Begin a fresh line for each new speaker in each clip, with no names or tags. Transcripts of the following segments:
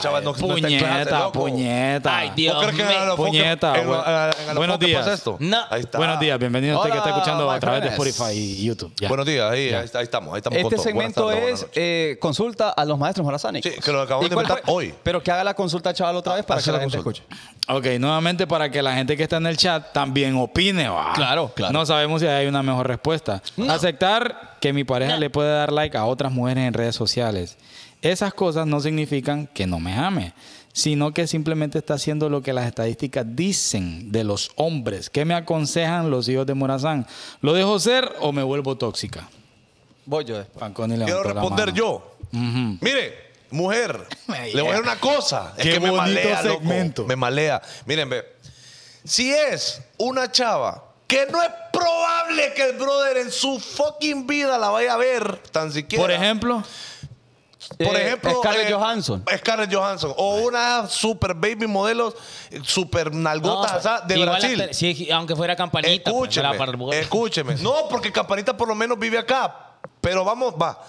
chaval Este no,
Pues
no está en clase,
Puñeta,
loco.
puñeta.
Ay,
¿Vos
Dios
crees que en
mío.
Galafoque-
Puñeta,
en- en- en
buen-
Galafoque
buenos días.
pasa esto?
No.
Ahí está.
Buenos días, bienvenido a usted que está
Hola,
escuchando a
my
través de
friends.
Spotify y YouTube. Ya.
Buenos días, ahí, ahí, está- ahí estamos. Ahí estamos con
Este
todo. Buenas
segmento
tardes, buenas
es
noches.
eh, consulta a los maestros morazánicos.
Sí, que lo acabamos
¿Y
de
cuál
inventar
fue?
hoy. Ah,
Pero que haga la consulta, chaval, otra vez para
hace
que la,
la
gente
consulta.
escuche.
Ok, nuevamente para que la gente que está en el chat también opine, va.
Claro, claro.
No sabemos si hay una mejor respuesta. Aceptar que mi pareja le puede dar like a otras mujeres en redes sociales. Esas cosas no significan que no me ame, sino que simplemente está haciendo lo que las estadísticas dicen de los hombres. ¿Qué me aconsejan los hijos de Morazán? ¿Lo dejo ser o me vuelvo tóxica?
Voy yo después.
Fanconi
Quiero
levantó la
responder
mano.
yo. Mire, mujer, le voy a decir una cosa. Es
Qué
que me
bonito
malea, loco.
segmento.
Me malea. Miren, ve. Si es una chava que no es probable que el brother en su fucking vida la vaya a ver, tan siquiera.
Por ejemplo,
Por
Eh,
ejemplo,
Scarlett Johansson.
Scarlett Johansson. O una super baby modelos, eh, super nalgotas
No,
ah,
asadas de
igual
Brasil.
hasta- sí, aunque fuera campanita. pues,
Escúcheme,
la par-
escúcheme. No, porque Campanita por lo menos vive acá. Pero vamos, va.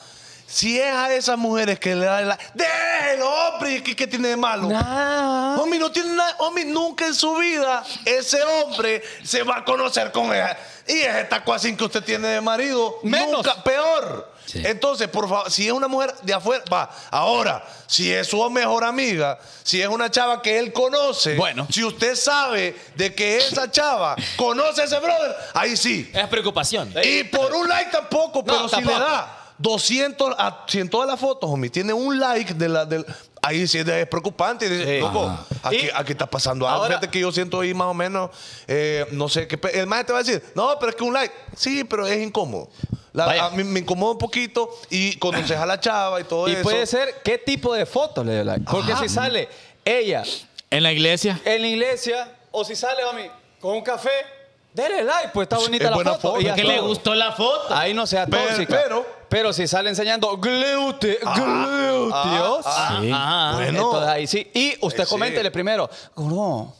Si es a esas mujeres que le da la... ¡Déjelo, hombre! ¿Qué, qué tiene de malo?
Nah.
Homie, no tiene nada. Homie, nunca en su vida ese hombre se va a conocer con ella. Y es esta cuasín que usted tiene de marido.
Menos.
Nunca, peor.
Sí.
Entonces, por favor, si es una mujer de afuera, va. Ahora, si es su mejor amiga, si es una chava que él conoce,
Bueno.
si usted sabe de que esa chava conoce a ese brother, ahí sí.
Es preocupación.
Y por un like tampoco, pero si
tampoco.
le da 200, a, si en todas las fotos, homie, tiene un like de la, del, ahí sí es, es preocupante. Y dice,
Sí.
loco,
Ajá.
aquí,
Y-
aquí está pasando algo.
Ahora-
Fíjate que yo siento ahí más o menos, eh, no sé qué. pe- El maestro te va a decir, no, pero es que un like. Sí, pero es incómodo. La-
Vaya.
a mí me incomoda un poquito y conoces a la chava y todo
Y
eso. Ah.
puede ser qué tipo de fotos le dio like. Porque
Ajá.
si sale ella
en la iglesia.
en la iglesia o si sale, homie, con un café, dele like, pues está bonita
es
la
buena
foto.
foto.
y ya
que
está.
le gustó la foto.
Ahí no sea
Pero-
tóxica.
pero-
pero si sale enseñando glute, glúteos.
ah,
Sí.
Ajá.
Bueno.
Entonces ahí sí. Y usted
Ahí sí.
coméntele primero, gordo,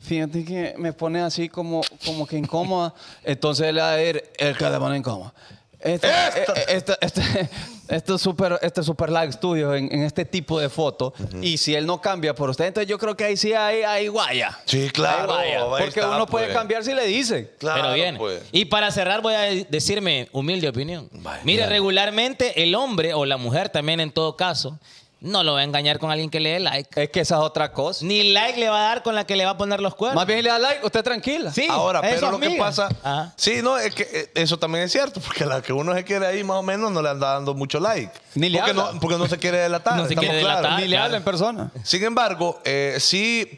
fíjate que me pone así como, como que incómoda. Entonces él va a ir, el que le pone incómoda. Este,
Esta.
eh, eh, esta- este, este super, este super live studio en, en este tipo de foto. Y si él no cambia por usted, entonces yo creo que ahí sí hay, hay guaya.
Sí, claro.
Hay guaya.
ahí
Porque
está,
uno puede
pues.
cambiar si le dicen.
Claro,
pero bien.
pues.
Y para cerrar voy a decirme humilde opinión. Mire, regularmente el hombre o la mujer también en todo caso no lo va a engañar con alguien que le dé like.
Es que esa es otra cosa.
Ni like le va a dar con la que le va a poner los cuernos.
Más bien le da like, usted tranquila.
Sí,
Ahora,
es
pero
su
lo que
amiga.
pasa.
Ajá.
Sí, no, es que eh, eso también es cierto, porque a la que uno se quiere ahí, más o menos, no le anda dando mucho like.
Ni le
porque,
habla.
no, porque no se quiere delatar.
No se
estamos
quiere
claros.
delatar.
Ni le
claro.
habla en persona.
Sin embargo, eh, sí,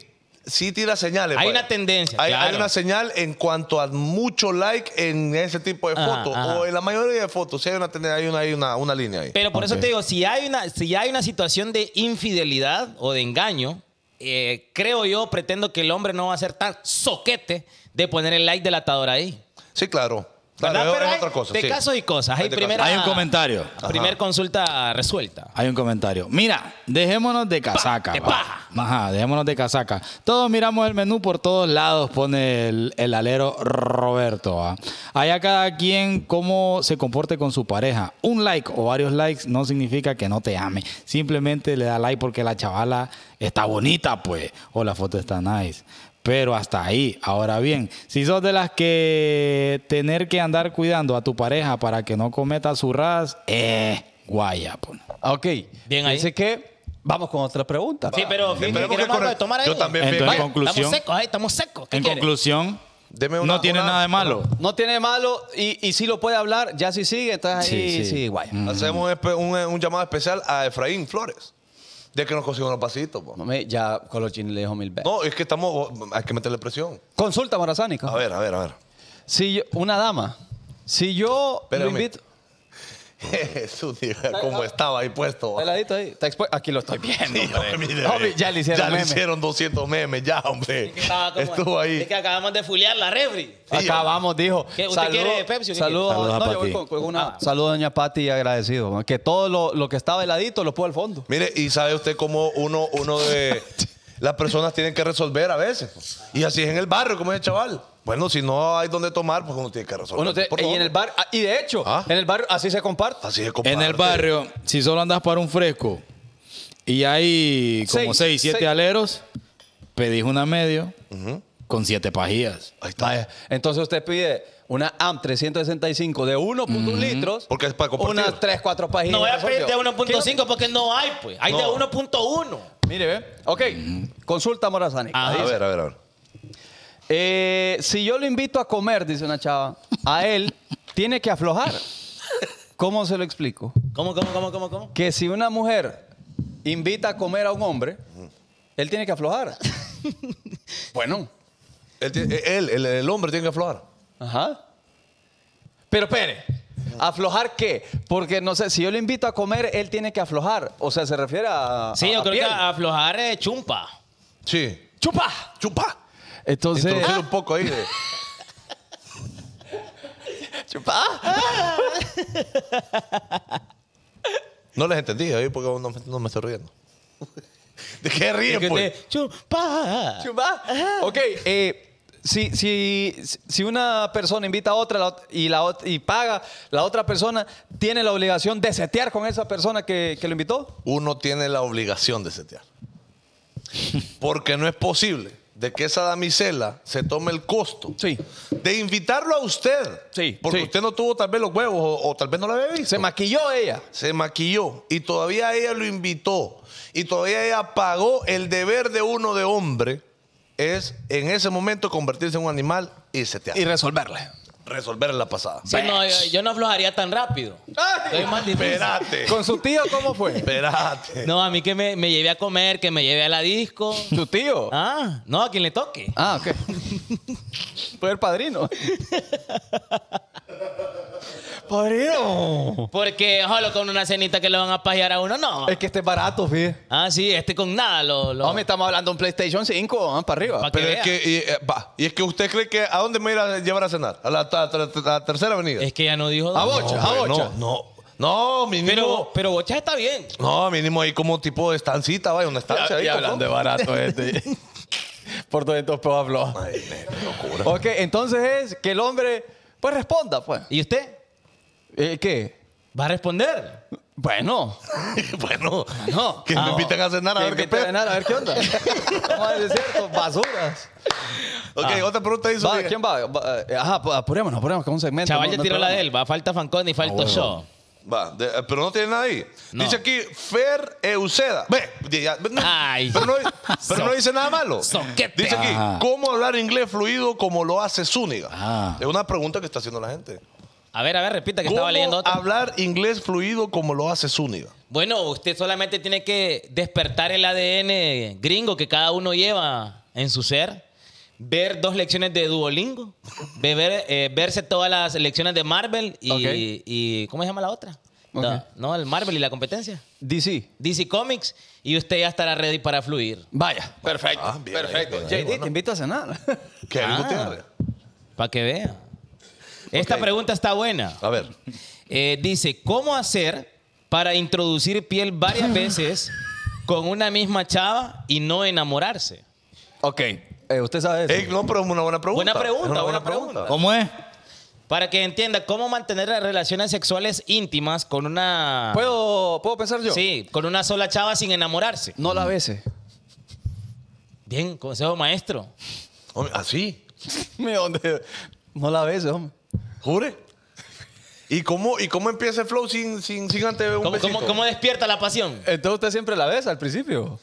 sí tira señales.
Hay
vaya.
una tendencia,
Hay,
claro.
hay una señal en cuanto a mucho like en ese tipo de
Ajá,
fotos.
ajá.
O en la mayoría de fotos. Sí, hay una, tendencia, hay una, hay una, una línea ahí.
Pero por
Ok.
eso te digo, si hay una, si hay una situación de infidelidad o de engaño, eh, creo yo, pretendo que el hombre no va a ser tan soquete de poner el like delatador ahí.
Sí, claro. Claro,
¿Verdad?
es-
Pero
es
hay
otra cosa.
de
sí.
casos y cosas. Hay
de
primera-
Hay un comentario.
Primer consulta resuelta.
Hay un comentario. Mira, dejémonos de casaca.
¡Qué
va.
paja!
Ajá, dejémonos de casaca. Todos miramos el menú por todos lados, pone el, el alero Roberto. ¿va? Allá cada quien cómo se comporte con su pareja. Un like o varios likes no significa que no te ame. Simplemente le da like porque la chavala está bonita, pues. O la foto está nice. Pero hasta ahí. Ahora bien, si sos de las que tener que andar cuidando a tu pareja para que no cometa zurradas, eh, guaya, pues.
Ok.
Bien ahí.
Así que vamos con otra pregunta.
Sí, pero fíjate,
Esperemos
¿queremos
que
algo de
corre-
tomar ahí?
Yo también,
Entonces,
fíjate.
en conclusión,
Estamos secos, ahí, estamos secos. ¿Qué
en
quiere?
conclusión,
Deme una-
no tiene
una-
nada de malo.
No tiene de malo y, y sí lo puede hablar, ya si sigue, entonces ahí sí,
Sí, sí.
guay.
Hacemos un espe- un, un llamado especial a Efraín Flores. De que nos consiga unos pasitos. po.
Mami, ya Colochín le dijo mil veces.
No, es que estamos. Hay que meterle presión.
Consulta morazánica.
A ver, a ver, a ver.
Si yo- una dama, si yo lo
Espérame.
invito...
Jesús, hija, cómo estaba ahí puesto. va.
Peladito ahí, está expu- Aquí lo estoy viendo.
Sí, hombre, mire,
Hombre, ya le hicieron
Ya le
meme.
hicieron 200 memes, ya, hombre.
Es que estaba como-
Estuvo ahí.
Es que acabamos de fulear la refri.
Acabamos, dijo.
¿Qué, usted quiere Ah. Pepsi o qué
Saludos,
quiere? Saludos a
no, yo voy
Pati.
con- con una- saludos a doña Pati y agradecido. ¿no? Que todo lo, lo que estaba heladito lo puso al fondo.
Mire, y sabe usted cómo uno, uno de las personas tienen que resolver a veces. Y así es en el barrio, como es el chaval. Bueno, si no hay donde tomar, pues uno tiene que resolver.
Uno te-
Por
y
favor.
en el bar, ah, y de hecho,
Ah.
en el barrio así se comparte.
Así es,
En
compadre.
el barrio, si solo andas para un fresco y hay como 6,
Seis,
7
seis.
aleros, pedís una medio con 7 pajillas.
Ahí está.
Vaya, Entonces usted pide una AM 365 de 1.1 litros.
Porque es para compartir.
Unas 3, 4 páginas.
No voy a pedir
resolvió.
de 1.5 porque no hay, pues. Hay de
No.
1.1.
Mire, ve. Ok, consulta Morazani.
Ah.
A ver, a ver, a ver.
Eh, si yo lo invito a comer, dice una chava, a él tiene que aflojar. ¿Cómo se lo explico?
¿Cómo, cómo, cómo, cómo, cómo?
Que si una mujer invita a comer a un hombre, él tiene que aflojar. bueno,
Él, tiene- él- el, el hombre tiene que aflojar.
ajá. Pero espere, ¿aflojar qué? Porque no sé, si yo lo invito a comer, él tiene que aflojar. O sea, se refiere a.
Sí,
a-
yo
a
creo que
piel.
aflojar es chumpa.
Sí.
¡Chupa!
Chupa.
Entonces.
Introducir un poco ahí de.
ah,
No les entendí ahí porque no, me- no me estoy riendo. ¿De qué ríen, pues?
¡Chupa!
Chumba. Ok, eh, si, si, si una persona invita a otra la ot- y, la ot- y paga, la otra persona tiene la obligación de setear con esa persona que, que lo invitó.
Uno tiene la obligación de setear. Porque no es posible de que esa damisela se tome el costo
Sí.
de invitarlo a usted.
Sí,
Porque
sí.
usted no tuvo tal vez los huevos o, o tal vez no la había visto.
Se maquilló ella.
se maquilló y todavía ella lo invitó y todavía ella pagó el deber de uno de hombre es en ese momento convertirse en un animal y se te
resolverle.
resolver la pasada.
Sí, no, yo, yo no aflojaría tan rápido. Soy más difícil.
Esperate,
¿Con su tío cómo fue?
esperate.
No, a mí que me, me lleve a comer, que me lleve a la disco.
¿Su tío?
Ah, no, a quien le toque.
Ah, ok. Fue el padrino. padrino.
Porque, jolo, con una cenita que le van a pajear a uno, no.
Es que este es barato, fíjate.
Ah, sí, este con nada lo... lo-
Hombre, estamos hablando de un PlayStation 5, ah, para arriba.
Pa'
Pero es
vea.
que, y, eh, va, y es que usted cree que ¿a dónde me irá a llevar a cenar? ¿A la, ta- ta- ta- la tercera avenida?
Es que ya no dijo...
A bocha, ah,
No,
a
hombre,
bocha.
No, no, no, mínimo.
Pero, pero Bocha está bien.
no, mínimo ahí como tipo de estancita, vaya, una estancia ahí.
Y
por
hablando de
favor.
barato este. Por 200 pesos habló.
Ay, nena, locura.
Ok, entonces es que el hombre, pues responda, pues.
¿Y usted?
Eh, ¿Qué?
¿Va a responder?
Bueno.
bueno,
no.
que
Ah,
me invitan a cenar a
que
ver qué
inviten
pedo.
a nada, a ver qué onda. Vamos a decir cierto, basuras.
Ok, otra pregunta hizo.
Va,
diga.
¿Quién va? Va, eh, Ajá, pues, apurémonos, apurémonos con un segmento.
Chaval
no-
ya
no Ah, hay
tiró la de él.
problema.
Va, falta Fanconi, falta yo.
Va, de- eh, pero no tiene nada ahí.
No.
Dice aquí Fer Euseda. Ve, di- ya- no,
Ay.
Pero, no, pero no dice nada malo.
Soquete.
Dice aquí,
Ajá.
¿cómo hablar inglés fluido como lo hace Zúñiga?
Ah.
Es una pregunta que está haciendo la gente.
A ver, a ver, repita que
¿Cómo
estaba leyendo otra.
hablar inglés fluido como lo hace Zúñiga?
Bueno, usted solamente tiene que despertar el ADN gringo que cada uno lleva en su ser, ver dos lecciones de Duolingo, beber, eh, verse todas las lecciones de Marvel y,
Ok.
y- ¿cómo se llama la otra? No,
Ok.
no, el Marvel y la competencia.
DC.
DC Comics y usted ya estará ready para fluir.
Vaya. Perfecto.
Ah, bien ahí, bien ahí,
JD,
bueno.
te invito a cenar.
¿Qué
Ah.
Gutiérrez?
Para que vea. Esta
Ok.
pregunta está buena.
A ver.
Eh, dice, ¿cómo hacer para introducir piel varias veces con una misma chava y no enamorarse?
ok. Eh, usted sabe eso.
Ey, no, pero es una buena pregunta.
Buena pregunta,
Es una
buena pregunta.
¿Cómo es?
Para que entienda cómo mantener las relaciones sexuales íntimas con una...
Ah. ¿Puedo, ¿Puedo pensar yo? Mm.
Sí, con una sola chava sin enamorarse.
No la bese.
Bien, consejo maestro.
Hombre, ¿ah, ¿Así?
Mi hombre, No la beses, hombre.
¿Jure? ¿Y cómo, ¿Y cómo empieza el flow sin, sin, sin antes un
¿Cómo,
besito? Eh,
cómo- cómo despierta la pasión?
Entonces usted siempre la besa al principio.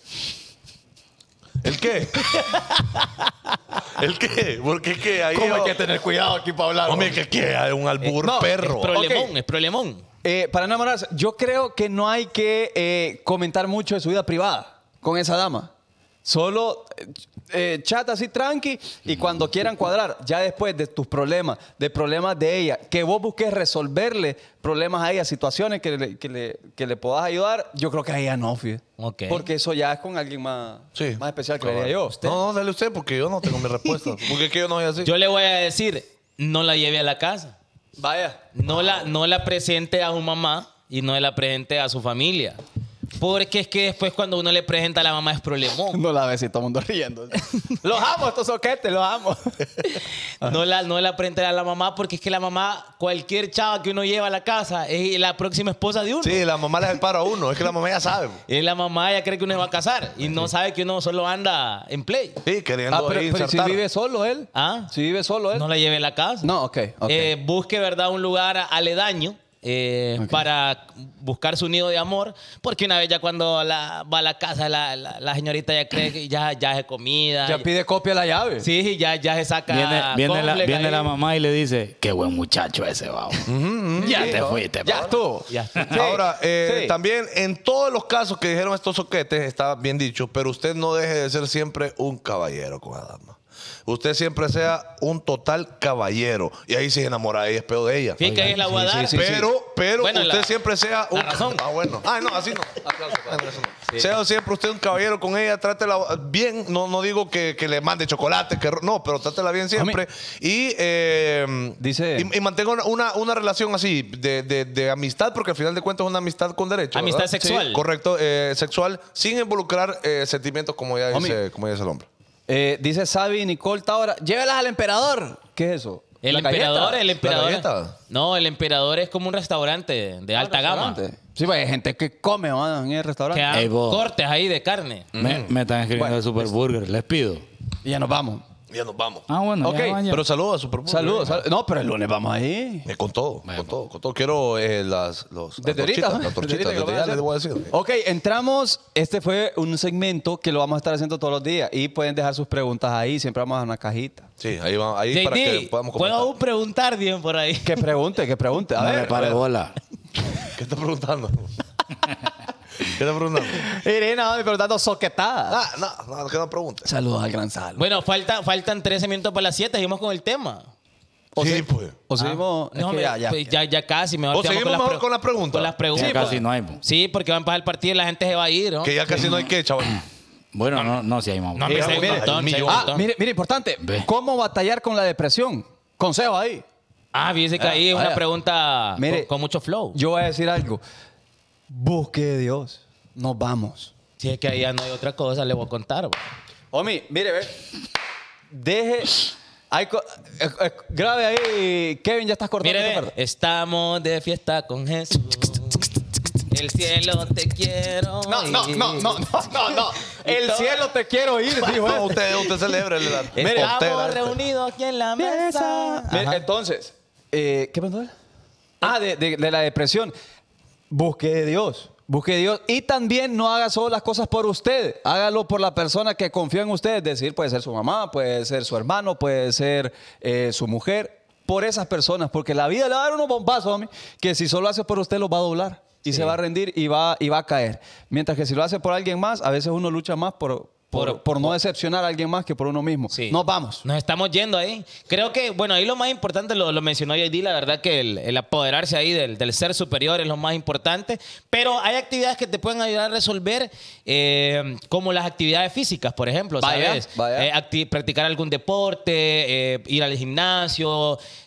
¿El qué? ¿El qué? Porque es que ahí...
¿Cómo hay que tener cuidado aquí para hablar?
Hombre, que es que hay un albur
Eh, no,
perro.
Es problemón, es problemón.
Eh, para enamorarse, yo creo que no hay que eh, comentar mucho de su vida privada con esa dama. Solo eh, eh, chat así tranqui y cuando quieran cuadrar, ya después de tus problemas, de problemas de ella, que vos busques resolverle problemas a ella, situaciones que le, que le, que le puedas ayudar, yo creo que a ella no, fíjate.
Ok.
Porque eso ya es con alguien más,
Sí.
más especial,
Cabal.
creería yo. ¿Usted?
No, no, dale usted porque yo no tengo mi respuesta. Porque es que yo no soy así.
Yo le voy a decir, no la lleve a la casa.
Vaya.
No la, no la presente a su mamá y no la presente a su familia. Porque es que después cuando uno le presenta a la mamá es problemón.
No la ves y todo el mundo riendo. los amo, estos soquetes, los amo.
No la, no la presenta a la mamá porque es que la mamá, cualquier chava que uno lleva a la casa, es la próxima esposa de uno.
Sí, la mamá le hace el paro a uno. Es que la mamá ya sabe. po.
Es la mamá, ella cree que uno se va a casar y no sabe que uno solo anda en play.
Sí, queriendo
Ah, pero,
ahí
pero ¿y si
insertar.
vive solo él.
¿Ah?
Si vive solo él.
No la lleve a la casa.
No, ok, ok.
Eh, busque, ¿verdad? Un lugar aledaño eh, para buscar su nido de amor. Porque una vez ya cuando la, va a la casa, la, la- la señorita ya cree que ya, ya es comida.
ya pide copia de la llave.
Sí, ya, ya se saca.
Viene, viene, la,
cornflakes
viene
ahí.
la mamá y le dice, qué buen muchacho ese, vamos. ya te fuiste,
Ya
pa".
estuvo.
Ya está.
Sí,
Ahora, eh,
sí.
también en todos los casos que dijeron estos soquetes, está bien dicho, pero usted no deje de ser siempre un caballero con la dama. Usted siempre sea un total caballero. Y ahí si se enamora ella, es peor de ella.
Fíjate que ahí es la voy a dar.
sí, sí.
pero, pero
Bueno,
usted
la-
siempre sea un.
la razón. pues.
Ah, bueno. Ah, no, así no. Ah, no, eso no. Sea siempre usted un caballero con ella, trátela bien. No, no digo que, que le mande chocolate, que ro- no, pero trátela bien siempre. Y, eh,
Dice-
y, y mantenga una, una- una relación así de, de- de amistad, porque al final de cuentas es una amistad con derecho.
Amistad
¿verdad?
sexual.
Sí, correcto, eh, sexual, sin involucrar eh, sentimientos como ya,
Homie.
dice, como ya dice el hombre.
Eh, dice Sabi Nicole Taora, llévelas al emperador. ¿Qué es eso?
El
¿La
emperador,
galleta? Ah,
el emperador.
galleta?
No, el emperador es como un restaurante de alta gama.
Restaurante. Sí, pues hay gente que come ¿no? en el restaurante.
Que dan
Ey, vos.
cortes ahí de carne.
Me, me están escribiendo
Bueno,
de Superburger, les pido.
Y ya nos vamos.
Ya nos vamos.
Ah, bueno,
Ok,
ya vayan.
Pero saludos a Super
Saludos. sal- No, pero el lunes vamos ahí.
Eh, con todo, con todo, con todo. Quiero eh, las, los, las
Desde ahorita.
torchitas, las torchitas,
Desde ahorita Oh. que lo
desde
van a
ya
hacer.
les voy a decir.
Ok, entramos. Este fue un segmento que lo vamos a estar haciendo todos los días. Y pueden dejar sus preguntas ahí. Siempre vamos a una cajita.
Sí, ahí va, ahí para que
JD,
podamos
¿puedo
comentar.
aún preguntar bien por ahí?
Que pregunte, que pregunte. A
No le
ver.
pare bola.
¿Qué estás preguntando? ¿Qué estás preguntando?
Irena, me preguntando soquetada.
Ah, no, no, que no preguntes.
Saludos al gran Salvo.
Bueno, falta, faltan 13 minutos para las 7. Seguimos con el tema. Ah.
O
sí,
sea-
pues.
o seguimos. es
No,
que
me-
ya, ya.
pues ya, ya casi. Me
O seguimos mejor
pre-
con las preguntas.
Con las preguntas.
Ya casi no hay, po.
Sí, porque van a pasar el partido y la gente se va a ir, ¿no?
Que ya casi no hay que, chaval.
Bueno, no, no, si hay más.
No, hombre,
Eh,
sí hay un
mire,
montón,
un
sí hay un
millón.
Ah,
montón.
mire, mire, importante.
Ve.
¿Cómo batallar con la depresión? Consejo ahí.
Ah, fíjese que ahí es
Ah,
una pregunta con-
Mire,
con, mucho flow.
Yo voy a decir algo. Busque de Dios. Nos vamos.
Si es que ahí ya no hay otra cosa, le voy a contar. bo.
Omi, mire, ve. Deje. Hay co- eh, eh, grabe ahí, Kevin, ya estás cortando.
Mire,
esta
ve,
parte.
estamos de fiesta con Jesús. El cielo te quiero.
No, no,
ir.
no, no, no, no, no.
Y
El
todo-
cielo te quiero ir, dijo este.
No,
él.
usted, usted celebra el arte.
Mire,
Estamos
Usted, arte.
reunidos aquí en la mesa.
Mire, entonces, eh, ¿qué pasó? Ah, de, de- de la depresión. Busque de Dios. Busque de Dios. Y también no haga solo las cosas por usted. Hágalo por la persona que confía en usted. Es decir, puede ser su mamá, puede ser su hermano, puede ser eh, su mujer. Por esas personas. Porque la vida le va a dar unos bombazos, homie, que si solo hace por usted, los va a doblar. Y se va a rendir y va, y va a caer. Mientras que si lo hace por alguien más, a veces uno lucha más por, por,
Por-
por no decepcionar a alguien más que por uno mismo.
Sí.
Nos vamos.
Nos estamos yendo ahí. Creo que, bueno, ahí lo más importante lo, lo mencionó JD, la verdad que el, el apoderarse ahí del, del ser superior es lo más importante. Pero hay actividades que te pueden ayudar a resolver, eh, como las actividades físicas, por ejemplo,
Vaya,
¿sabes?
vaya.
Eh, acti- practicar algún deporte, eh, ir al gimnasio.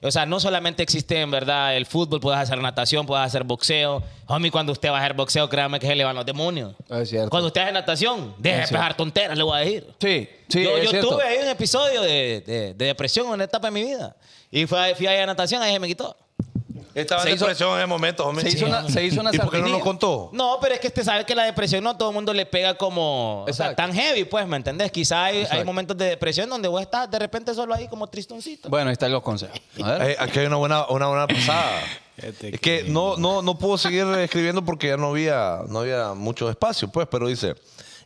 O sea, no solamente existe en verdad el fútbol, puedes hacer natación, puedes hacer boxeo. Homie, cuando usted va a hacer boxeo, créame que se le van los demonios.
Ah, Es cierto.
Cuando usted hace natación, deje de pegar tonteras, le voy a decir
Sí, sí.
yo
es
yo
cierto.
tuve ahí un episodio de, de- de depresión en una etapa de mi vida. Y fui, a- fui ahí a natación, ahí se me quitó.
Estaba
Se
en
hizo-
depresión en el momento, hombre.
se hizo una- se hizo una
¿Y por qué no
sardinilla.
nos contó?
No, pero es que usted sabe que la depresión no a todo el mundo le pega como... O sea,
Exacto.
tan heavy, pues, ¿me entendés? Quizá hay, hay
Exacto.
momentos de depresión donde vos estás de repente solo ahí como tristoncito.
Bueno, ahí están los consejos. A ver.
Eh, aquí hay una buena, una buena pasada.
Este
es que no, no, no puedo seguir escribiendo porque ya no había, no había mucho espacio, pues, pero dice.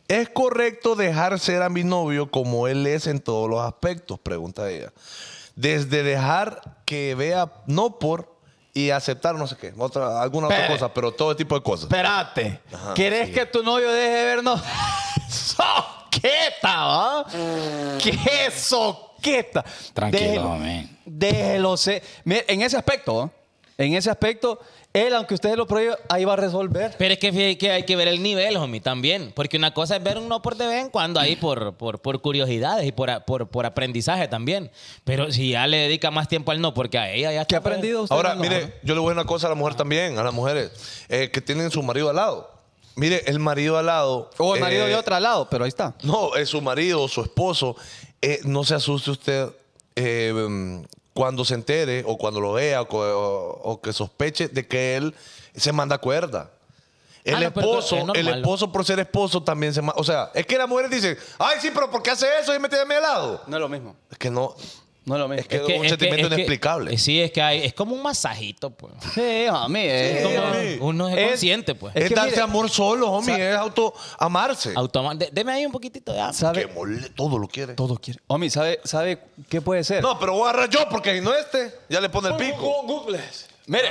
¿Es correcto dejar ser a mi novio como él es en todos los aspectos? Pregunta ella. Desde dejar que vea no por y aceptar no sé qué, otra, alguna otra
Espere.
cosa, pero todo tipo de cosas.
Espérate. ¿Quieres que tu novio deje de vernos? ¡Soqueta, va! ¡Qué soqueta!
Tranquilo,
Déjelo-
amén.
Déjelo ser. Mire, en ese aspecto, ¿ah? en ese aspecto, él, aunque usted se lo prohíba, ahí va a resolver.
Pero es que, fíjate que hay que ver el nivel, homie, también. Porque una cosa es ver un no por de vez en cuando ahí por, por, por curiosidades y por, a- por, por aprendizaje también. Pero si ya le dedica más tiempo al no, porque a ella ya está... pues,
¿Qué ha aprendido usted?
Ahora,
con los-
mire, yo le voy a decir una cosa a la mujer también, a las mujeres eh, que tienen su marido al lado. Mire, el marido al lado.
O Oh, el marido
eh,
de otro al lado, pero ahí está.
No, es su marido o su esposo. Eh, no se asuste usted eh, mm, cuando se entere o cuando lo vea o, co- o- o que sospeche de que él se manda cuerda. El
Ah, no, pero
esposo,
es normal.
el esposo por ser esposo también se manda. O sea, es que las mujeres dicen, ay, sí, pero ¿por qué hace eso? Y me tiene a mi lado.
No es lo mismo.
Es que no.
No es lo mismo.
Es que- un sentimiento inexplicable.
eh, sí, es que hay, es como un masajito, pues.
Sí, a mí.
Sí,
Es
eh.
como-
homie.
uno es,
Es-
consciente, pues.
Es
Es,
que
darse
mire-
amor solo, homie. es auto amarse.
Automa- de- deme ahí un poquitito de hambre.
Que
¿Sabe?
mole- todo lo quiere.
Todo quiere. Homie, ¿sabe, ¿sabe qué puede ser?
No, pero voy a agarrar yo porque si no este, ya le pone el pico.
Mire.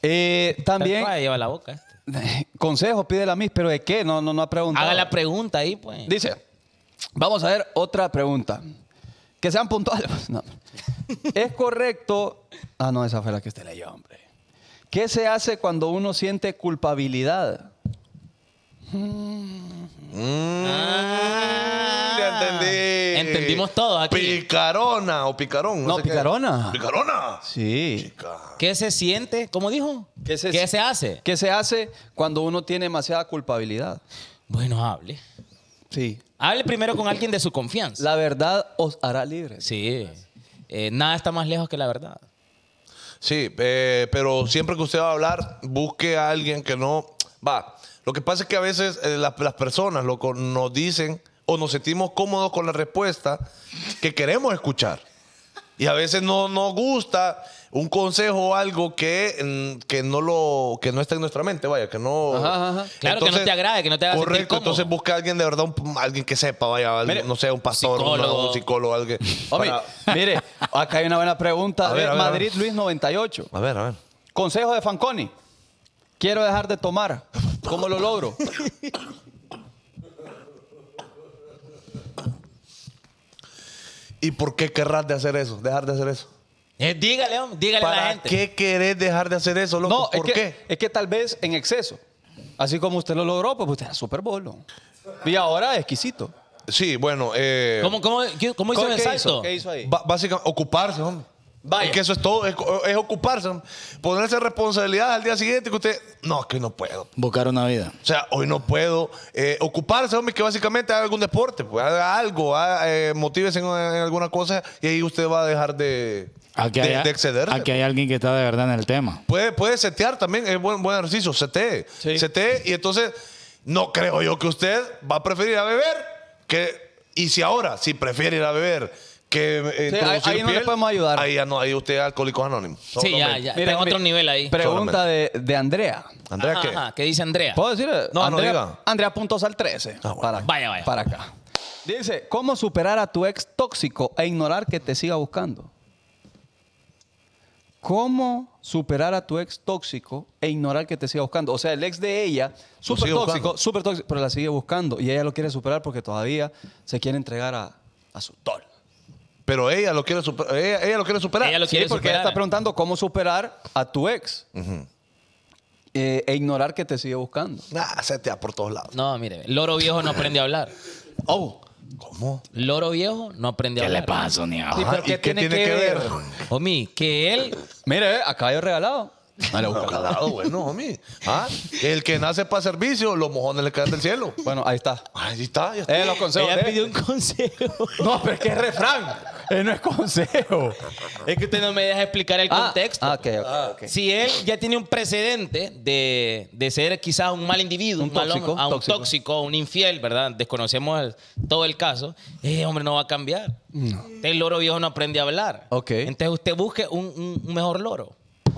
Eh, también,
Ay, lleva la boca. este.
consejo, pide la mis, pero ¿de qué? No, no, no ha preguntado.
Haga la pregunta ahí, pues.
Dice, vamos a ver otra pregunta. Que sean puntuales. No. ¿Es correcto? Ah, no, esa fue la que usted leyó, hombre. ¿Qué se hace cuando uno siente culpabilidad?
Ya entendí.
Entendimos todos aquí.
Picarona o picarón.
No,
sé qué.
picarona.
Picarona.
Sí.
¿Qué se siente? ¿Cómo dijo?
¿Qué se-
hace?
¿Qué se hace cuando uno tiene demasiada culpabilidad?
Bueno, hable.
Sí.
Hable primero con alguien de su confianza.
La verdad os hará libres.
Sí. Eh, nada está más lejos que la verdad.
Sí, eh, pero siempre que usted va a hablar, busque a alguien que no. Va. Lo que pasa es que a veces eh, las, las personas loco, nos dicen o nos sentimos cómodos con la respuesta que queremos escuchar. Y a veces no nos gusta un consejo o algo que, mm, que no lo que no está en nuestra mente, vaya, que no
Ajá, ajá.
Claro, que no te agrade, que no te haga sentir
Correcto,
cómodo.
entonces busca a alguien de verdad, un- alguien que sepa, vaya, algo,
Mire,
no sé, un pastor, una-
psicólogo.
un psicólogo, alguien.
Homie,
para-
mire, acá hay una buena pregunta.
A ver,
de
a ver, a ver.
Madrid Luis 98.
a ver, a ver.
Consejo de Fanconi. Quiero dejar de tomar. ¿Cómo lo logro?
¿Y por qué querrás de hacer eso? Dejar de hacer eso.
Eh, dígale, hombre, dígale a la
¿Para
gente.
qué querés dejar de hacer eso, loco?
No, es
¿Por
que,
qué?
es que tal vez en exceso. Así como usted lo logró, pues usted era súper bolo. Y ahora exquisito.
Sí, bueno, eh,
¿Cómo, cómo, qué- cómo hizo
¿Qué
el salto?
¿Qué hizo ahí?
ba- básicamente ocuparse, hombre.
Vaya.
Es que eso es todo, es, es ocuparse, hombre. ponerse responsabilidades al día siguiente que usted, no, es que hoy no puedo.
Buscar una vida.
O sea, hoy no puedo eh, ocuparse, hombre, que básicamente haga algún deporte, pues haga algo, haga, eh, motívese en, en alguna cosa y ahí usted va a dejar de,
Aquí,
de,
hay,
de excederse.
aquí hay alguien ah, que está de verdad en el tema.
Puede, puede setear también, es buen, buen ejercicio, setee.
Sí.
Setee, y entonces no creo yo que usted va a preferir ir a beber que... Y si ahora, si prefiere ir a beber que... eh,
Sí,
introducir
ahí- ahí no le podemos ayudar.
Ahí ya no, ahí usted es alcohólico anónimo.
Sí, ya, ya.
Mire,
está en
mire,
otro nivel ahí.
Pregunta de, de Andrea.
Andrea,
Ajá,
¿qué?
ajá, ¿Qué dice Andrea?
¿Puedo decir? eh,
No, no
Andrea,
diga.
Andrea puntos al 13.
Ah, bueno.
para,
Vaya, vaya.
Para acá. Dice, ¿cómo superar a tu ex tóxico e ignorar que te siga buscando? ¿Cómo superar a tu ex tóxico e ignorar que te siga buscando? O sea, el ex de ella, súper
sigue
tóxico,
buscando.
súper tóxico, pero la sigue buscando y ella lo quiere superar porque todavía se quiere entregar a, a su tol.
Pero ella lo quiere, super- ella, ella lo quiere superar.
Ella lo
Sí,
quiere
porque ella
superar.
está preguntando cómo superar a tu ex eh, e ignorar que te sigue buscando.
Ah, setea por todos lados.
No, mire, loro viejo no aprende a hablar.
Oh, ¿cómo?
Loro viejo no aprende a
¿Qué
hablar.
le pasa, ni a-
Sí,
Ajá,
pero
¿y qué tiene que ver?
Homie, que él.
Mire, eh, a caballo regalado.
No, calado, bueno, homie. Ah, el que nace para servicio, los mojones le caen del cielo.
Bueno, ahí está.
Ahí está, ya está.
Eh, los consejos.
Ella
de-
pidió un consejo.
No, pero es que es refrán. Eh, no es consejo.
es que usted no me deja explicar el
Ah,
contexto.
ah, ok, ok, ok.
Si él ya tiene un precedente de, de ser quizás un mal individuo,
Un
un, mal
tóxico,
hombre, a un
tóxico.
tóxico. un infiel, ¿verdad? Desconocemos el- todo el caso. Ese hombre no va a cambiar. El loro viejo no aprende a hablar.
Ok.
Entonces usted busque un, un- un mejor loro.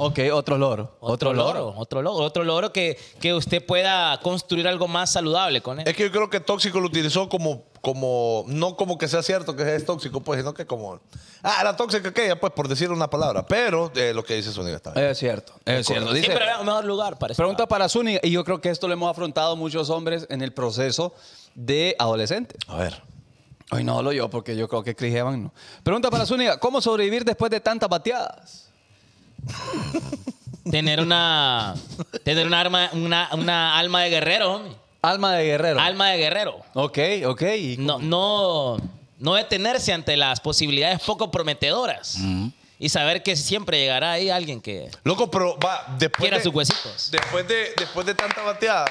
Ok, otro loro. Otro, loro.
Otro loro. Otro loro que, que usted pueda construir algo más saludable con él.
Es que yo creo que tóxico lo utilizó como, como, no como que sea cierto que es tóxico, pues, sino que como, ah, la tóxica aquella, pues, por decir una palabra. Pero eh, lo que dice Zúñiga está bien.
Es cierto, es cierto. Dice,
Siempre habrá un mejor lugar para estar.
pregunta para Zúñiga, y yo creo que esto lo hemos afrontado muchos hombres en el proceso de adolescente.
A ver.
Hoy no hablo yo porque yo creo que Chris Evans no. Pregunta para Zúñiga, ¿cómo sobrevivir después de tantas bateadas?
Tener una. tener un arma, una, una alma de guerrero, homie.
Alma de guerrero.
Alma de guerrero.
ok, ok. y-
No, no, no detenerse ante las posibilidades poco prometedoras. Y saber que siempre llegará ahí alguien que
Pues
Loco, pero va, después
quiera
de,
sus huesitos.
después de, después de tanta bateada,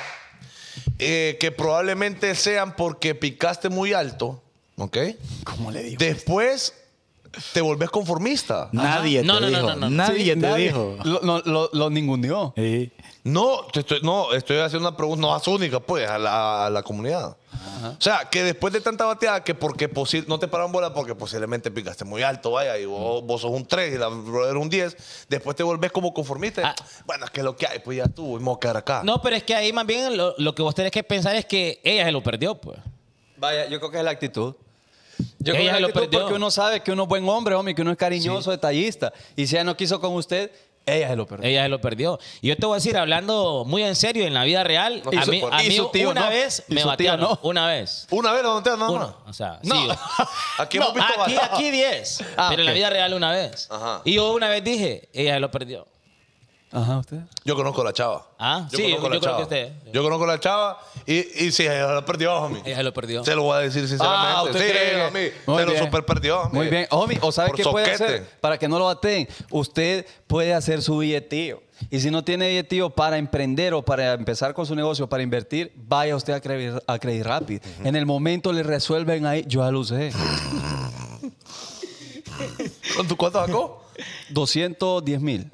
eh, que probablemente sean porque picaste muy alto, ¿ok?
¿Cómo le digo?
Después te volvés conformista.
Nadie te
No, no, no,
dijo.
no, no.
Nadie
Sí,
te dijo.
Lo, no, lo, lo ninguneó.
Sí.
No, te estoy, no, estoy haciendo una pregunta no es única, pues, a la, a la comunidad. O sea, que después de tanta bateada, que porque posi- no te pararon bola porque posiblemente picaste muy alto, vaya, y
Mm.
vos, vos sos un 3 y la brother un 10, después te volvés como conformista. y,
Ah.
Bueno, es que lo que hay, pues ya tú, vamos a quedar
Ah.
acá.
No, pero es que ahí más bien lo, lo que vos tenés que pensar es que ella se lo perdió, pues.
Vaya, yo creo que es la actitud.
Ella
Yo creo que es
lo
la actitud
perdió.
porque uno sabe que uno es buen hombre, homie, que uno es cariñoso, detallista. Y si ella no quiso con usted, ella se lo perdió.
Ella se lo perdió. Y yo te voy a decir, hablando muy en serio, en la vida real,
Y
a
su-
mí, a
y
mí
su tío
una
no.
vez
Y
me
su tío
batearon.
no.
Una vez.
Una vez la bateada nada más.
Una. O sea,
No.
sí, yo-
Aquí
No,
hemos visto
aquí,
bateadas.
aquí 10.
Ah,
pero en la
ok.
vida real una vez.
Ajá.
Y yo una vez dije, ella se lo perdió.
Ajá, usted.
Yo conozco a la chava.
Ah,
yo
sí,
conozco a la
yo creo
chava.
que usted. eh.
Yo conozco a la chava y, y sí, ella la perdió, homie.
Ella se lo perdió.
Se lo voy a decir sinceramente.
Ah, usted
sí,
cree.
homie,
Muy
se
bien.
lo super perdió, homie.
Muy bien. Homie, ¿o sabe
Por
qué puede
soquete.
hacer? Para que no lo baten. Usted puede hacer su billetío. Y si no tiene billetío para emprender o para empezar con su negocio, para invertir, vaya usted a Credit, a Credit Rapid. En el momento le resuelven ahí, yo ya lo usé.
¿Con tu cuánto sacó?
210 mil.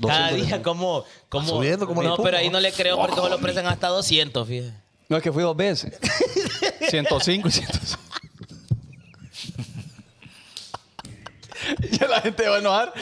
Cada día como... como
subiendo como la
No,
espuma,
pero ahí
¿no?
no le creo porque solo prestan hasta 200, fíjate.
No, es que fui dos veces. 105 y 105. Ya la gente va a enojar.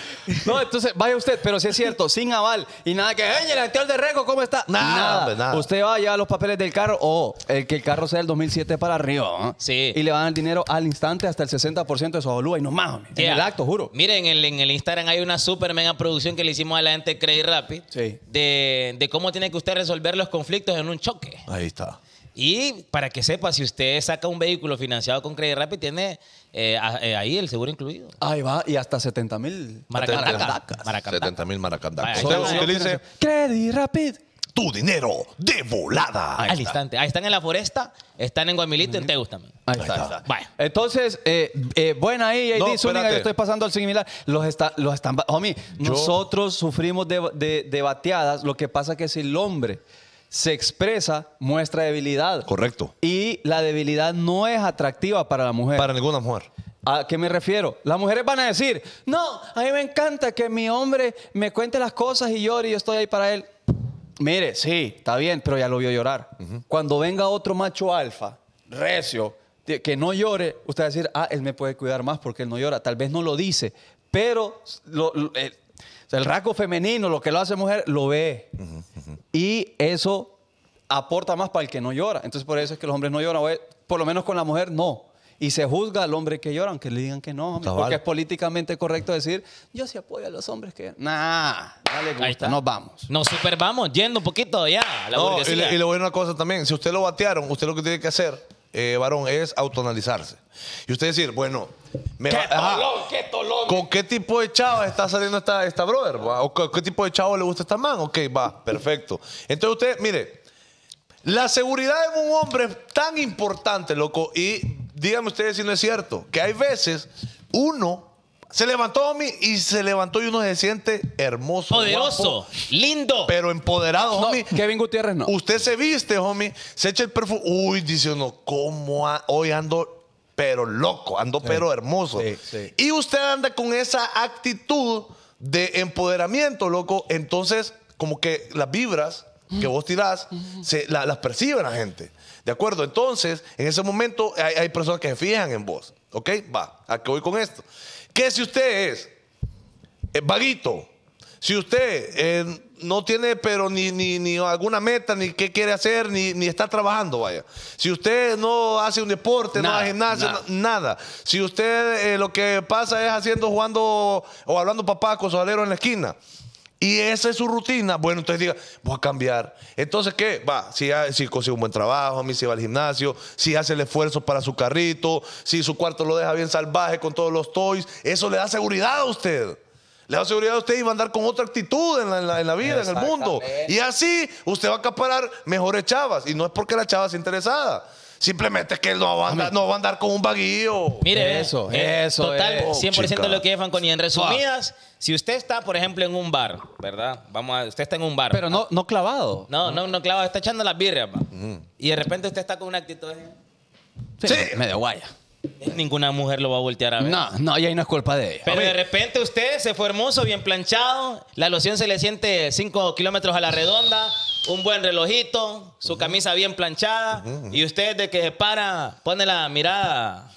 No, entonces vaya usted, pero si es cierto, sin aval y nada que, ¡Ey, el anterior de Rego, ¿cómo está?
Nada, hombre, nada.
Usted va a llevar los papeles del carro o el que el carro sea del 2007 para arriba. ¿ah?
Sí.
Y le van el dinero al instante hasta el 60% de su avalúa y no más, hombre. En
Yeah.
el acto, juro.
Miren, en el, en el Instagram hay una super mega producción que le hicimos a la gente de Credit Rapid
Sí.
de, de cómo tiene que usted resolver los conflictos en un choque.
Ahí está.
Y para que sepa, si usted saca un vehículo financiado con Credit Rapid, tiene eh, a- eh, ahí el seguro incluido.
Ahí va, y hasta 70 mil.
Maracandacas. Maracandacas.
70 mil maracandacas. Usted
Vaya, ahí está.
utilice
Credit Rapid.
tu dinero de volada.
Al instante. Ahí están en la foresta, están en Guamilito, en Tegustamen.
Ahí está.
Vaya.
Entonces, eh, eh, buena ahí, JD
No,
Zúñiga,
espérate.
yo estoy pasando al similar. Los, está, los están... ba- Homie, nosotros sufrimos de, de- de bateadas. Lo que pasa que si el hombre se expresa, muestra debilidad.
Correcto.
Y la debilidad no es atractiva para la mujer.
Para ninguna mujer.
¿A qué me refiero? Las mujeres van a decir, no, a mí me encanta que mi hombre me cuente las cosas y llore y yo estoy ahí para él. Mire, sí, está bien, pero ya lo vio llorar. Cuando venga otro macho alfa, recio, de- que no llore, usted va a decir, ah, él me puede cuidar más porque él no llora. Tal vez no lo dice, pero lo- lo- el, o sea, el rasgo femenino, lo que lo hace mujer, lo ve. Y eso aporta más para el que no llora. Entonces, por eso es que los hombres no lloran. o es- Por lo menos con la mujer, no. Y se juzga al hombre que llora, aunque le digan que no. hombre,
Cabal.
Porque es políticamente correcto decir, yo sí apoyo a los hombres que... Nah, no les
Ahí
gusta,
está.
nos vamos.
Nos super vamos, yendo un poquito ya a la
No, y,
burguesía.
le, y le voy a decir una cosa también. Si usted lo batearon, usted lo que tiene que hacer, eh, varón, es autoanalizarse. Y usted decir, bueno, me va- ajá, ¿con qué tipo de chava está saliendo esta, esta brother? va? ¿O qué, qué tipo de chavo le gusta esta man? Ok, va, perfecto. Entonces usted, mire, la seguridad en un hombre es tan importante, loco. Y díganme ustedes si no es cierto, que hay veces uno se levantó homie, y se levantó y uno se siente hermoso.
Poderoso,
guapo,
lindo.
pero empoderado,
No,
homie.
Kevin Gutiérrez no.
Usted se viste, homie, se echa el perfume. Uy, dice uno, ¿cómo a- hoy ando pero loco, ando pero hermoso?
sí, sí.
Y usted anda con esa actitud de empoderamiento, loco. Entonces, como que las vibras que vos tirás, se, la- las percibe la gente. ¿De acuerdo? Entonces, en ese momento hay, hay personas que se fijan en vos. ¿Ok? Va, ¿a qué voy con esto? Que si usted es eh, vaguito. Si usted eh, no tiene, pero ni, ni, ni alguna meta, ni qué quiere hacer, ni, ni está trabajando, vaya. Si usted no hace un deporte, no
Nada,
hace gimnasio,
nada.
na- nada. Si usted eh, lo que pasa es haciendo, jugando o hablando papá con su alero en la esquina. Y esa es su rutina. Bueno, entonces diga, voy a cambiar. Entonces, ¿qué? Va, si, ha- si consigue un buen trabajo, a mí si va al gimnasio, si hace el esfuerzo para su carrito, si su cuarto lo deja bien salvaje con todos los toys, eso le da seguridad a usted. Le da seguridad a usted y va a andar con otra actitud en la, en la- en la vida, en el mundo.
Exactamente.
Y así usted va a acaparar mejores chavas. Y no es porque la chava sea interesada, Simplemente es que él no va a andar, no va a andar con un vaguillo.
Mire,
Eso,
eh,
eso
Total,
es.
100%
Chica.
lo que es Fanconi. En resumidas, si usted está, por ejemplo, en un bar, ¿verdad? Vamos a, usted está en un bar.
Pero no, no clavado.
No, no, no, claro, está echando las birrias, pa. Y de repente usted está con una actitud de- "Eh,
Sí.
Medio guaya.
Ninguna mujer lo va a voltear a ver.
No, no, y ahí no es culpa de ella.
Pero
Oye,
de repente usted se fue hermoso, bien planchado, la loción se le siente 5 kilómetros a la redonda, un buen relojito, su camisa bien planchada, y usted de que se para, pone la mirada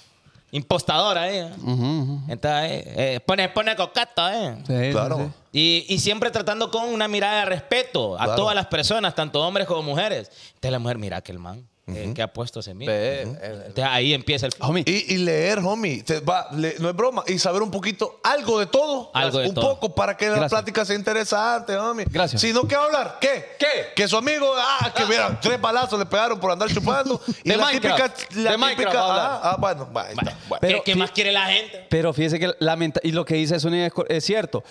impostadora ahí. ¿eh? Entonces, eh, eh, pone, pone cocata, ¿eh?
Sí, sí,
Claro.
sí.
Y, y siempre tratando con una mirada de respeto a
Claro.
todas las personas, tanto hombres como mujeres. Entonces la mujer, mira aquel man, eh, que ha puesto ese mira.
Ve, Ah, eh,
Entonces ahí empieza el...
Homie,
Y, y leer, homie, te va- le- no es broma, y saber un poquito, algo de todo,
Algo de
un
todo.
poco para que la
Gracias.
plática sea interesante, homie.
Gracias.
Si no, ¿qué va a hablar? ¿Qué?
¿Qué?
Que su amigo, ah, que mira, tres balazos le pegaron por andar chupando. y
De
la
Minecraft.
típica, la
De
típica,
Minecraft va a hablar.
ah, ah, bueno, va, ahí está, bueno.
¿Qué-
pero
¿Qué,
fi-
más quiere la gente?
Pero fíjese que lamenta y lo que dice Zúñiga es, cor- es cierto.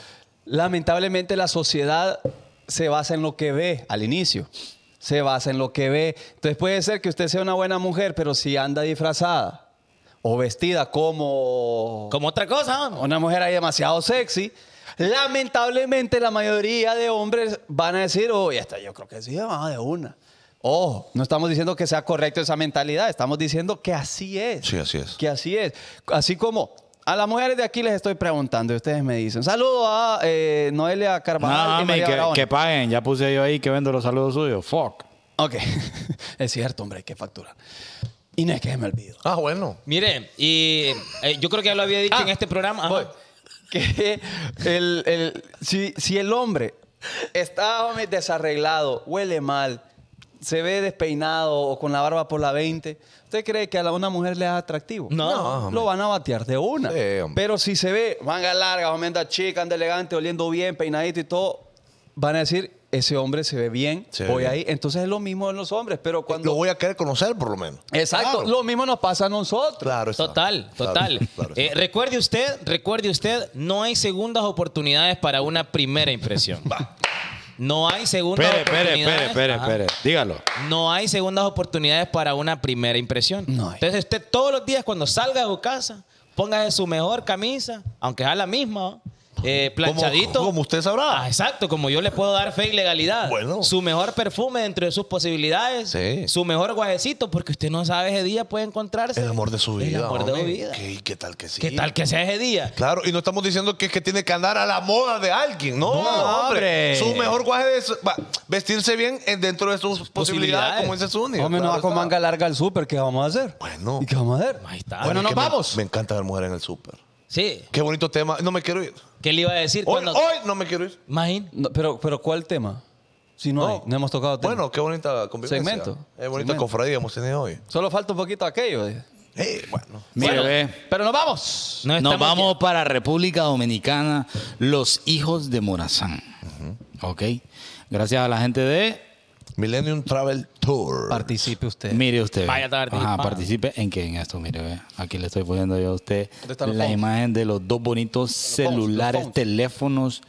Lamentablemente la sociedad se basa en lo que ve al inicio. Se basa en lo que ve. Entonces puede ser que usted sea una buena mujer, pero si anda disfrazada o vestida como
Como otra cosa, ¿no?
una mujer ahí demasiado sexy, lamentablemente la mayoría de hombres van a decir, oye, esta yo creo que sí, vamos de una. Ojo, no estamos diciendo que sea correcto esa mentalidad, estamos diciendo que así es.
Sí, así es.
Que así es. Así como a las mujeres de aquí les estoy preguntando y ustedes me dicen, saludo a eh, Noelia Carvajal
Nada,
y
homie,
María
que,
Barahona".
que paguen. Ya puse yo ahí que vendo los saludos suyos. Fuck.
Ok, es cierto, hombre, que factura. Y no es que se me olvido.
Ah, bueno.
Mire, y eh, yo creo que ya lo había dicho
Ah,
en este programa. Ajá.
Voy. Que el, el- si, si el hombre está hombre, desarreglado, huele mal, se ve despeinado o con la barba por la 20, ¿usted cree que a la- una mujer le es atractivo?
No.
hombre.
lo van a batear de una.
Sí, hombre.
Pero si se ve manga larga, hombre, anda chica, anda elegante, oliendo bien, peinadito y todo, van a decir, ese hombre se ve bien,
Se ve
voy
bien.
ahí. Entonces es lo mismo en los hombres, pero cuando...
Lo voy a querer conocer, por lo menos.
Exacto,
Claro.
lo mismo nos pasa a nosotros.
Claro, está.
Eh, Total,
Claro,
total.
claro,
Eh,
está.
recuerde usted, recuerde usted, no hay segundas oportunidades para una primera impresión. No hay segundas
Espere, espere,
oportunidades.
espere, espere,
Ajá.
espere. Dígalo.
No hay segundas oportunidades para una primera impresión.
No hay.
Entonces usted todos los días cuando salga de su casa, póngase su mejor camisa, aunque sea la misma, ¿va? Eh, planchadito.
Como, como usted sabrá.
Ah, exacto, como yo le puedo dar fe y legalidad.
Bueno.
Su mejor perfume dentro de sus posibilidades.
Sí.
Su mejor guajecito, porque usted no sabe ese día puede encontrarse.
el amor de su
El
vida.
amor de
homie.
su vida.
¿Qué, qué tal que sí?
¿Qué tal que sea ese día?
Claro, y no estamos diciendo que es que tiene que andar a la moda de alguien, no,
No, hombre.
hombre. Su mejor guaje es va, vestirse bien en- dentro de sus posibilidades,
Posibilidades.
como dice Zuni.
Hombre, no
Claro
va con
está.
manga larga al súper, ¿qué vamos a hacer?
Bueno.
¿Y qué vamos a hacer?
Ahí está.
Ay,
Bueno,
es
nos
que me-
vamos.
Me, encanta ver mujer en el súper.
Sí.
Qué bonito tema. No me quiero ir.
¿Qué le iba a decir?
Hoy,
cuando-
hoy no me quiero ir.
Imagín-
No, pero, pero ¿cuál tema? Si no, hay, no hemos tocado tema.
Bueno, qué bonita convivencia.
Segmento.
Qué bonita
Segmento.
cofradía hemos tenido hoy.
Solo falta un poquito aquello. eh.
Eh, bueno.
Mire,
Bueno,
ve.
Pero nos vamos.
No
Nos
estamos
vamos para República Dominicana, los hijos de Morazán. Ok. Gracias a la gente de.
Millennium Travel Tour.
Participe usted.
Mire usted. ve.
Vaya tarde.
Ajá,
Ah.
participe en que en esto, mire, ve. Aquí le estoy poniendo yo a usted
¿Dónde
la
están los phones?
imagen de los dos bonitos
phones, los
celulares,
phones.
teléfonos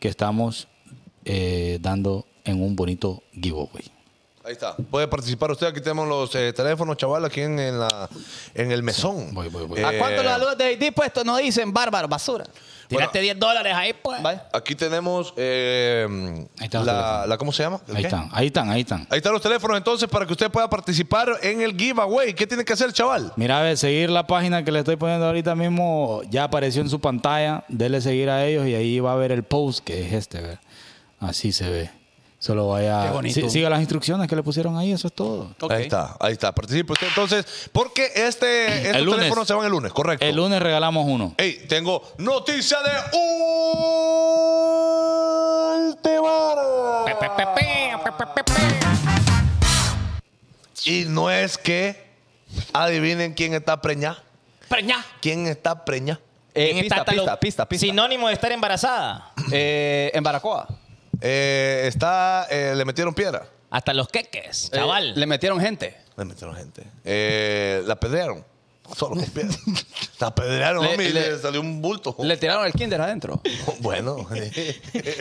que estamos eh, dando en un bonito giveaway.
Ahí está. Puede participar usted. Aquí tenemos los eh, teléfonos, chaval, aquí en, en la, en el mesón.
Voy, voy, voy.
¿A cuánto
Eh,
los saludos de Haití puestos no dicen bárbaro, basura?
Tiraste 10 dólares ahí, pues.
Vaya.
Aquí tenemos eh,
Ahí están los
la,
teléfonos.
la- ¿cómo se llama? ¿El
Ahí
qué?
están, ahí están, ahí están.
Ahí están los teléfonos entonces para que usted pueda participar en el giveaway. ¿Qué tiene que hacer, chaval?
Mira, a ver, seguir la página que le estoy poniendo ahorita mismo, ya apareció en su pantalla. Dele seguir a ellos y ahí va a ver el post que es este, ver. Así se ve. Solo vaya.
Qué bonito.
Sí, siga las instrucciones que le pusieron ahí, eso es todo.
Ok.
Ahí está, ahí está. Participe usted entonces, porque este, estos
El lunes.
teléfonos se van el lunes, correcto.
El lunes regalamos uno.
Ey, tengo noticia de Ultimar.
Pe, pe, pe, pe, pe, pe, pe, pe.
Y no es que adivinen quién está preñada.
Preñá.
¿Quién está preñada?
Eh,
¿Quién
pista,
está tan-
pista, pista, pista.
Sinónimo de estar embarazada.
Eh, en Baracoa.
Eh, está, eh, le metieron piedra.
Hasta los queques,
Eh,
chaval.
le metieron gente.
Le metieron gente. Eh, la pedrearon. Solo con piedras. La apedrearon,
Le-
homie, y
le-
le salió un bulto.
Le tiraron el kinder adentro.
Bueno.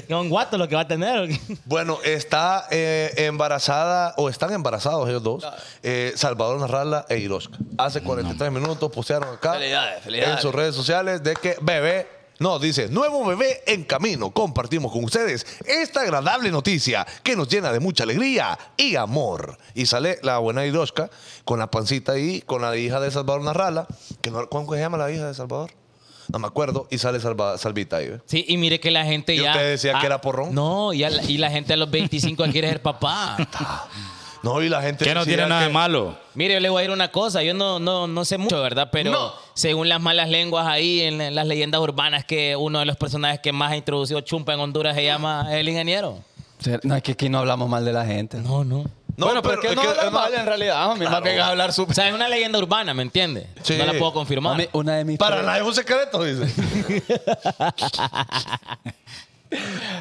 Un guato lo que va a tener.
Bueno, está eh, embarazada, o están embarazados ellos dos, eh, Salvador Narrala e Hiroshka. Hace 43 minutos postearon acá
Felicidades, felicidades.
en sus redes sociales de que bebé, no, dice, nuevo bebé en camino. Compartimos con ustedes esta agradable noticia que nos llena de mucha alegría y amor. Y sale la buena Hiroshka con la pancita ahí, con la hija de Salvador Narrala, que no, ¿cómo se llama la hija de Salvador? No me acuerdo, y sale Salva- Salvita ahí. ¿ve?
Sí, y mire que la gente
¿Y
ya.
usted decía
ah,
que era porrón?
No, y, a la- y la gente a los 25 quiere ser papá.
No, y la
Este
gente...
Que no
decía
tiene nada de
que-
malo.
Mire, yo le voy a decir una cosa, yo no, no, no sé mucho, ¿verdad? Pero
No.
según las malas lenguas ahí, en, en las leyendas urbanas, que uno de los personajes que más ha introducido Chumpa en Honduras se llama el ingeniero.
No, es que aquí no hablamos mal de la gente.
No, no.
No,
bueno, pero, es que no hablan
es más-
mal en realidad. Homie, Más bien hablar su...
O sea, es una leyenda urbana, ¿me entiendes?
Sí.
No la puedo confirmar.
Homie, una de mis...
Para nadie es un secreto, dice.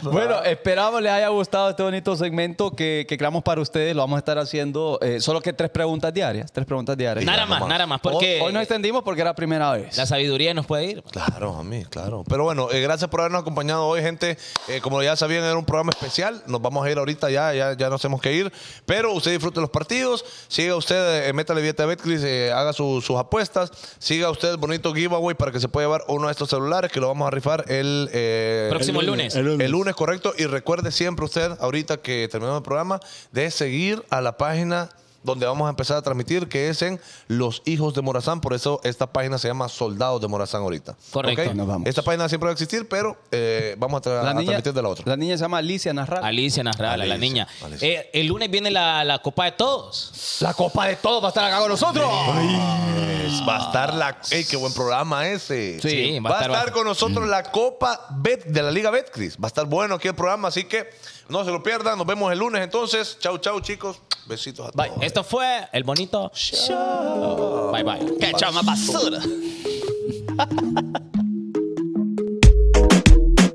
Bueno, esperamos les haya gustado este bonito segmento que, que creamos para ustedes. Lo vamos a estar haciendo eh, solo que tres preguntas diarias. Tres preguntas diarias.
nada
ya,
más,
nomás.
nada más, porque
Hoy, hoy nos extendimos porque era primera vez.
la sabiduría nos puede ir.
Claro, a mí, claro. Pero bueno, eh, gracias por habernos acompañado hoy, gente. Eh, como ya sabían, era un programa especial. Nos vamos a ir ahorita ya, ya, ya nos tenemos que ir. Pero usted disfrute los partidos. Siga usted, eh, métale billete a Betcris, eh, haga su- sus apuestas. Siga usted el bonito giveaway para que se pueda llevar uno de estos celulares que lo vamos a rifar el... eh,
Próximo
el
lunes.
lunes,
El lunes. correcto. Y recuerde siempre usted, ahorita que terminamos el programa, de seguir a la página donde vamos a empezar a transmitir, que es en Los Hijos de Morazán. Por eso esta página se llama Soldados de Morazán ahorita.
Correcto.
¿Ok?
Nos vamos.
Esta página siempre va a existir, pero eh, vamos a, tra- a transmitir de la otra.
Ah, la niña se llama Alicia Narral.
Alicia Nasralla, la
Alicia,
niña.
Alicia.
Eh, el lunes viene la, la Copa de Todos.
la copa de todos va a estar acá con nosotros.
Es- Va a estar la... ¡Ey, qué buen programa ese!
Sí,
va, a estar con nosotros la Copa Bet de la Liga Betcris. Va a estar bueno aquí el programa, así que no se lo pierdan. Nos vemos el lunes entonces. Chau, chau, chicos. Besitos a
Bye.
todos.
Esto fue el bonito show. Bye, bye. ¡Qué chama basura!